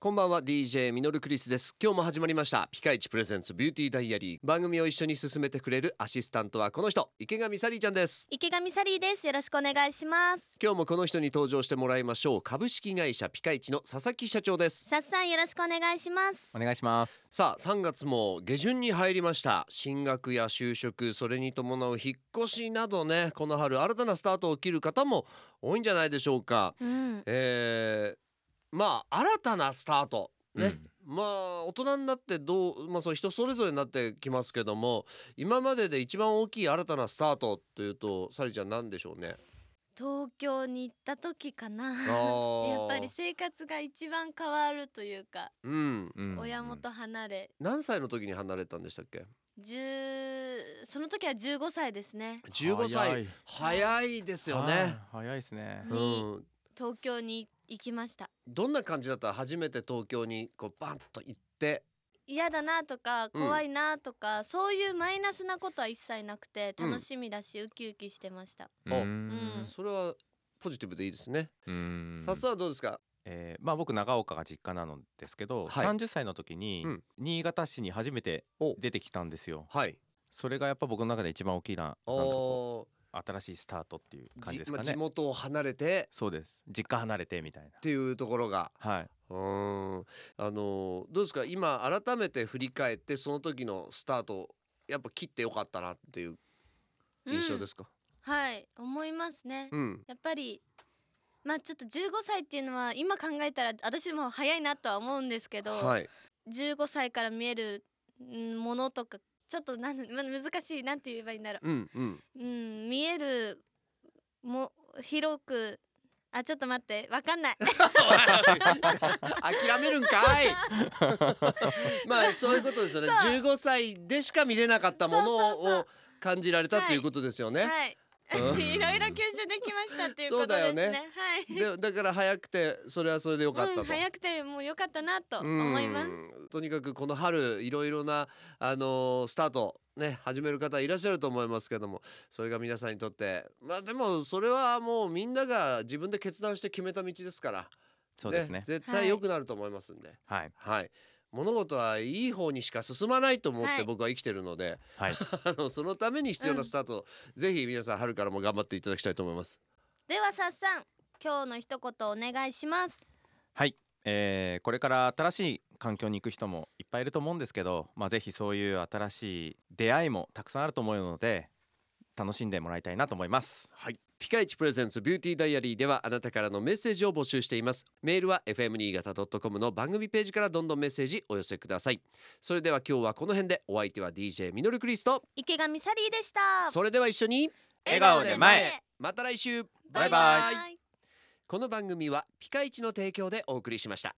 こんばんは DJ ミノルクリスです今日も始まりましたピカイチプレゼンツビューティーダイアリー番組を一緒に進めてくれるアシスタントはこの人池上サリーちゃんです池上サリーですよろしくお願いします今日もこの人に登場してもらいましょう株式会社ピカイチの佐々木社長ですさっさんよろしくお願いしますお願いしますさあ3月も下旬に入りました進学や就職それに伴う引っ越しなどねこの春新たなスタートを切る方も多いんじゃないでしょうかうん、えーまあ新たなスタートね、まあ大人になってどう、まあ、そう人それぞれになってきますけども今までで一番大きい新たなスタートというとサリちゃん何でしょ うね東京に行った時かなあーやっぱり生活が一番変わるというか、うんうん、親元離れ何歳の時に離れたんでしたっけ十その時は15歳ですね15歳早いですよね、はい早いですねうはいん、東京に行きましたどんな感じだった初めて東京にこうバンと行って嫌だなとうかん怖いなとか、そういうマイナスなことは一切なくてうん楽しみだし、ウキウキしてましたうーんうん、それはポジティブでいいですね、うーんさすはどうですかえーまあ僕長岡が実家なのですけど、はい30歳の時にうん新潟市に初めてお出てきたんですよはいそれがやっぱ僕の中で一番大きななんだろおうこう新しいスタートっていう感じですまかあ、地ね元を離れてそうです実家離れてみたいなっていうところがはい、うーんあのどうですか今改めて振り返ってその時のスタートやっぱ切ってよかったなっていう印象ですすか、うんはい思いますねうんやっぱりまあちょっと15歳っていうのは今考えたら私も早いなとは思うんですけど、はい15歳から見えるんものとかちょっとなんま難しいなんて言えばいいんだろうん うんう、うん、見えるも広くあちょっと待ってわかんない諦めるんかい まあそういうことですよねそう15歳でしか見れなかったものそうそうそうを感じられたっていうことですよね、はいいろうんいろ吸収できましたっていうそこうとだでよすねねはいでだから早くてそれはそれでよかったと、うん、早くてもう良かったなと思いますうんとにかくこの春いろいろなあのースタートね始める方いらっしゃると思いますけどもそれが皆さんにとってまあでもそれはもうみんなが自分で決断して決めた道ですからそうですね絶は対い良くなると思いますんで、はいはい、物事はいい方にしか進まないと思っはてい僕は生きてるので、はい あのそのために必要なスタート、ぜひ皆さん春からも頑張っていただきたいと思います。ではさっさん今日の一言お願いしますはい、えーこれから新しい環境に行く人もいっぱいいると思うんですけど、まあ、ぜひそういう新しい出会いもたくさんあると思うので楽しんでもらいたいなと思います。はい。ピカイチプレゼンツビューティーダイアリーではあなたからのメッセージを募集しています。メールは fm 新潟 .com の番組ページからどんどんメッセージお寄せください。それでは今日はこの辺でお相手は DJ ミノルクリスト。池上サリーでしたそれでは一緒に笑顔で前へまた来週バイバイこの番組はピカイチの提供でお送りしました。